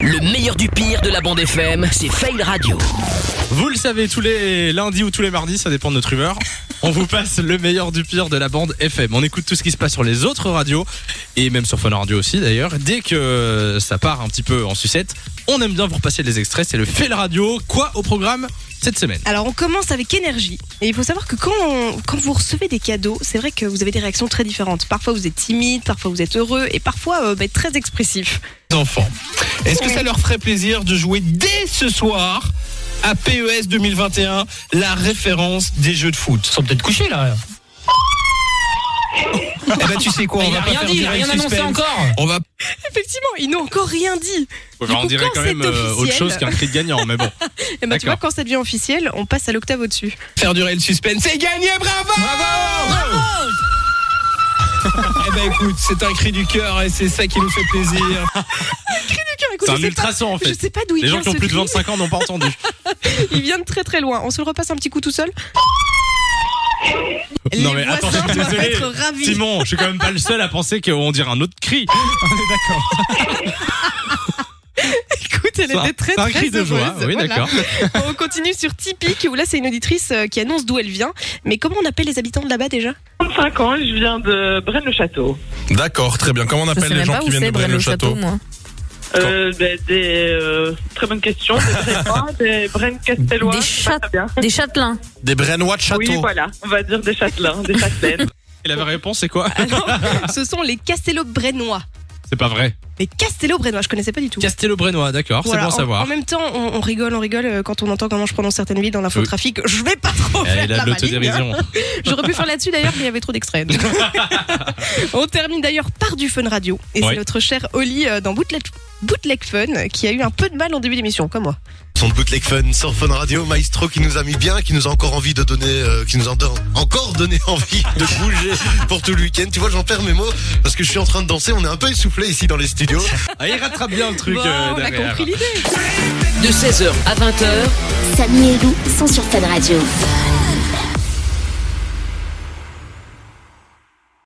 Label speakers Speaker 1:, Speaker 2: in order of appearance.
Speaker 1: Le meilleur du pire de la bande FM, c'est Fail Radio.
Speaker 2: Vous le savez, tous les lundis ou tous les mardis, ça dépend de notre humeur. On vous passe le meilleur du pire de la bande FM. On écoute tout ce qui se passe sur les autres radios et même sur Fun Radio aussi d'ailleurs. Dès que ça part un petit peu en sucette, on aime bien vous repasser les extraits. C'est le Fail Radio. Quoi au programme cette semaine
Speaker 3: Alors on commence avec énergie. Et il faut savoir que quand, on- quand vous recevez des cadeaux, c'est vrai que vous avez des réactions très différentes. Parfois vous êtes timide, parfois vous êtes heureux et parfois euh, bah, très expressif.
Speaker 4: enfants. Est-ce que ça leur ferait plaisir de jouer dès ce soir à E PES 2021, la référence des jeux de foot Ils sont peut-être couchés là. Eh ben tu sais quoi, on
Speaker 5: il
Speaker 4: va
Speaker 5: a
Speaker 4: pas
Speaker 5: rien
Speaker 4: faire
Speaker 5: dit, il a
Speaker 4: durer le
Speaker 5: rien annoncé
Speaker 4: suspense.
Speaker 5: encore.
Speaker 4: On va
Speaker 3: Effectivement, ils n'ont encore rien dit. Du
Speaker 2: on
Speaker 3: coup,
Speaker 2: dirait
Speaker 3: quand
Speaker 2: quand même
Speaker 3: c'est
Speaker 2: euh, autre
Speaker 3: officiel-
Speaker 2: chose qu'un cri de gagnant, mais bon.
Speaker 3: Et bah tu vois,
Speaker 2: D'accord.
Speaker 3: quand ça devient officiel, on passe à l'octave au-dessus.
Speaker 4: faire durer le suspense. C'est gagné, bravo Eh ben écoute, c'est un cri du cœur et c'est ça qui nous fait plaisir.
Speaker 3: Quelqu'un,
Speaker 2: C'est
Speaker 3: écoute, je
Speaker 2: un
Speaker 3: sais pas-
Speaker 2: ultrason en
Speaker 3: Je
Speaker 2: fait.
Speaker 3: sais pas d'où il
Speaker 2: Les gens
Speaker 3: vient
Speaker 2: qui ont
Speaker 3: ce
Speaker 2: plus de
Speaker 3: cri.
Speaker 2: 25 ans n'ont pas entendu.
Speaker 3: Il vient de très très loin. On se le repasse un petit coup tout seul.
Speaker 2: non
Speaker 3: Les
Speaker 2: mais attends, je
Speaker 3: voisins
Speaker 2: suis
Speaker 3: doivent
Speaker 2: désolé.
Speaker 3: être ravis.
Speaker 2: Simon, je suis quand même pas le seul à penser qu'on dirait un autre cri. On est d'accord.
Speaker 3: Écoute, elle
Speaker 2: C'est un-
Speaker 3: était très
Speaker 2: c'est un
Speaker 3: très
Speaker 2: cri de joie.
Speaker 3: heureuse.
Speaker 2: Oui,
Speaker 3: Voilà.
Speaker 2: d'accord.
Speaker 3: On continue sur Tipeee, où là c'est une auditrice euh, qui annonce d'où elle vient. Mais comment on appelle les habitants de là-bas déjà
Speaker 6: 35 ans, je viens de Braine-le-Château.
Speaker 7: D'accord, très bien. Comment on
Speaker 8: Je
Speaker 7: appelle
Speaker 8: sais
Speaker 7: les
Speaker 8: même
Speaker 7: gens
Speaker 8: pas
Speaker 7: qui
Speaker 8: où
Speaker 7: viennent de
Speaker 8: c'est
Speaker 7: Braine-le-Château
Speaker 8: Braine-le-Château, moi.
Speaker 6: Euh, des, des, euh, très bonne question, des Brennois, des Braine-Castellois.
Speaker 8: Des
Speaker 6: je sais pas
Speaker 8: chats-
Speaker 6: très bien.
Speaker 8: Des Châtelains.
Speaker 7: Des Brainois de Château.
Speaker 6: Oui, voilà, on va dire des châtelains, des châtelaines.
Speaker 2: Et la vraie réponse c'est quoi
Speaker 3: Alors, ce sont les Castello-Brennois.
Speaker 2: C'est pas vrai.
Speaker 3: Les Castello-Brennois, je connaissais pas du tout.
Speaker 2: Castello-Brenois, d'accord, c'est bon
Speaker 3: Voilà, en-
Speaker 2: à savoir.
Speaker 3: En même temps, on, on rigole, on rigole euh, quand on entend comment je prononce certaines villes dans l'infotrafic. Je vais pas trop
Speaker 2: Eh,
Speaker 3: faire
Speaker 2: il a
Speaker 3: la
Speaker 2: de
Speaker 3: maligne.
Speaker 2: l'autodérision.
Speaker 3: J'aurais pu faire là-dessus d'ailleurs, mais il y avait trop d'extraits. donc. on termine d'ailleurs par du fun radio. Et
Speaker 2: Ouais.
Speaker 3: c'est notre cher Oli euh, dans Bootleg, Bootleg Fun qui a eu un peu de mal en début d'émission, comme moi.
Speaker 9: Son bootleg fun sur Fun Radio, Maestro qui nous a mis bien, qui nous a encore envie de donner, euh, qui nous a don- encore donné envie de bouger pour tout le week-end. Tu vois, j'en perds mes mots parce que je suis en train de danser. On est un peu essoufflé ici dans les studios.
Speaker 2: Ah, il rattrape bien le truc
Speaker 3: Bon,
Speaker 2: euh,
Speaker 3: on a
Speaker 2: derrière.
Speaker 3: compris l'idée.
Speaker 1: De 16h à 20h,
Speaker 10: Samy et Lou sont sur Fun Radio.